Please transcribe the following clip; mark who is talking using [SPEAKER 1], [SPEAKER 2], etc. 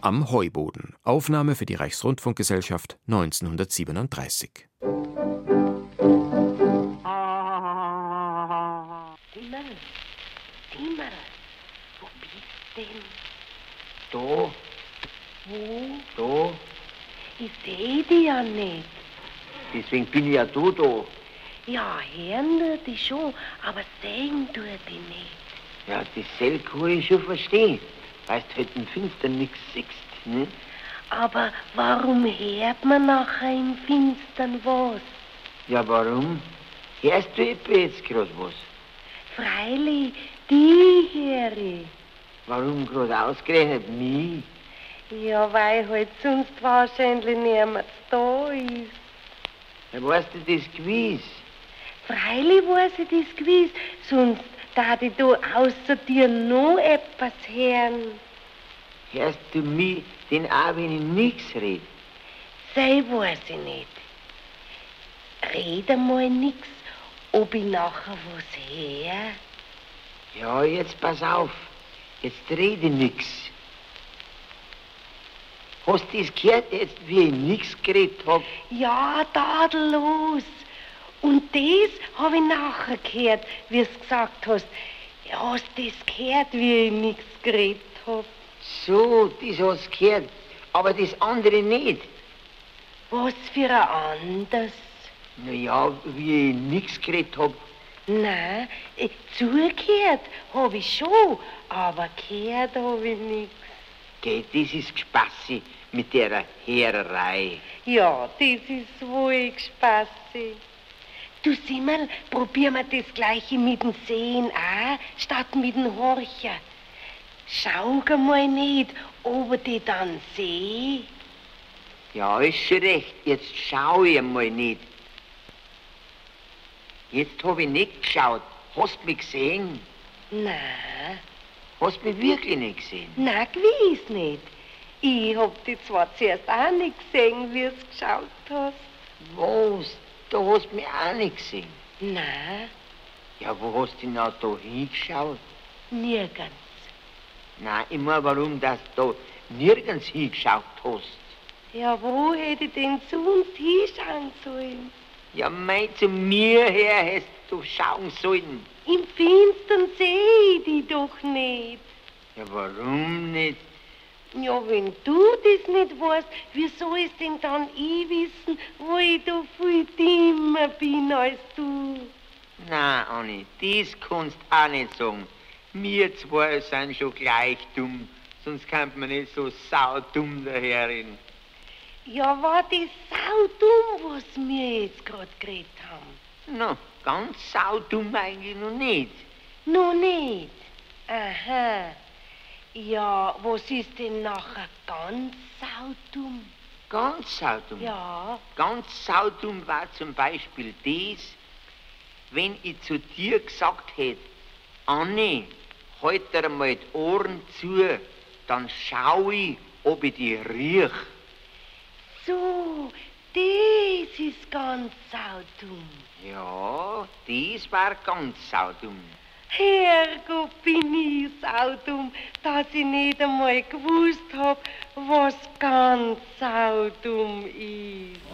[SPEAKER 1] Am Heuboden. Aufnahme für die Reichsrundfunkgesellschaft 1937.
[SPEAKER 2] Timmerl, Timmerl, wo bist denn?
[SPEAKER 3] Du,
[SPEAKER 2] Wo?
[SPEAKER 3] du,
[SPEAKER 2] Ich seh dich ja nicht.
[SPEAKER 3] deswegen bin ich ja du da.
[SPEAKER 2] Ja, hören tut dich schon, aber sehen tut dich nicht.
[SPEAKER 3] Ja, das Sell kann ich schon verstehen. Weißt, halt im Finstern nichts siehst, ne?
[SPEAKER 2] Aber warum hört man nachher im Finstern was?
[SPEAKER 3] Ja, warum? Hörst du etwa jetzt grad was?
[SPEAKER 2] Freilich, die höre ich.
[SPEAKER 3] Warum grad ausgerechnet mich?
[SPEAKER 2] Ja, weil halt sonst wahrscheinlich niemand da ist.
[SPEAKER 3] Ja, weißt du das gewiss?
[SPEAKER 2] Freilich weiß ich das gewiss, sonst darf ich da außer dir noch etwas hören.
[SPEAKER 3] Hörst du mich denn auch, wenn ich nichts red?
[SPEAKER 2] Sei weiß ich nicht. Red einmal nix, ob ich nachher was her.
[SPEAKER 3] Ja, jetzt pass auf. Jetzt rede nix. Hast du das gehört, jetzt, wie ich nix geredet hab?
[SPEAKER 2] Ja, tadellos. Und das habe ich nachher gehört, wie es gesagt hast. Hast du das gehört, wie ich nix geredet hab?
[SPEAKER 3] So, das hast du gehört. Aber das andere nicht.
[SPEAKER 2] Was für ein anders.
[SPEAKER 3] Na ja, wie ich nix geredet hab.
[SPEAKER 2] Nein, äh, zugehört habe ich schon, aber gehört habe ich nix.
[SPEAKER 3] Geh, das ist Gespassi mit der Hererei.
[SPEAKER 2] Ja, das ist wohl Spaßig. Du Simmel, probier mal das gleiche mit dem Sehen an, statt mit dem Horchen. Schau mal nicht, ob ich die dann seh.
[SPEAKER 3] Ja, ist schon recht. Jetzt schau ich mal nicht. Jetzt hab ich nicht geschaut. Hast mich gesehen?
[SPEAKER 2] Nein,
[SPEAKER 3] Hast mich wirklich nicht gesehen?
[SPEAKER 2] nein, gewiss nicht. Ich hab die zwar zuerst auch nicht gesehen, wie es geschaut hast.
[SPEAKER 3] Was? Da hast mich auch nicht gesehen.
[SPEAKER 2] Nein,
[SPEAKER 3] Ja, wo hast du denn auch da hingeschaut?
[SPEAKER 2] nirgends.
[SPEAKER 3] Nein, ich mein, warum, dass du da nirgends hingeschaut hast.
[SPEAKER 2] Ja, wo hätte ich denn sonst hinschauen sollen?
[SPEAKER 3] Ja, mei, zu mir her hättest du schauen sollen.
[SPEAKER 2] Im Finstern seh ich die doch nicht.
[SPEAKER 3] Ja, warum nicht?
[SPEAKER 2] Ja, wenn du das nicht weißt, wie soll es denn dann ich wissen, wo ich da viel dümmer bin als du?
[SPEAKER 3] Na, Anni, das kannst auch nicht sagen. Wir zwei sind schon gleich dumm, sonst kann man nicht so saudumm daherin.
[SPEAKER 2] Ja, war das saudumm, was wir jetzt gerade geredet haben.
[SPEAKER 3] Na, ganz saudumm eigentlich noch nicht.
[SPEAKER 2] Noch nicht. Aha. Ja, was ist denn nachher ganz saudumm?
[SPEAKER 3] Ganz saudumm.
[SPEAKER 2] Ja,
[SPEAKER 3] Ganz saudumm war zum Beispiel das, wenn ich zu dir gesagt hätte, Anni, halt dir mal die Ohren zu, dann schau ich, ob ich dich riech.
[SPEAKER 2] so, das ist ganz saudumm.
[SPEAKER 3] Ja, das war ganz saudumm.
[SPEAKER 2] Herrgott, bin ich saudum, dass ich nicht einmal gewusst hab, was ganz saudum ist.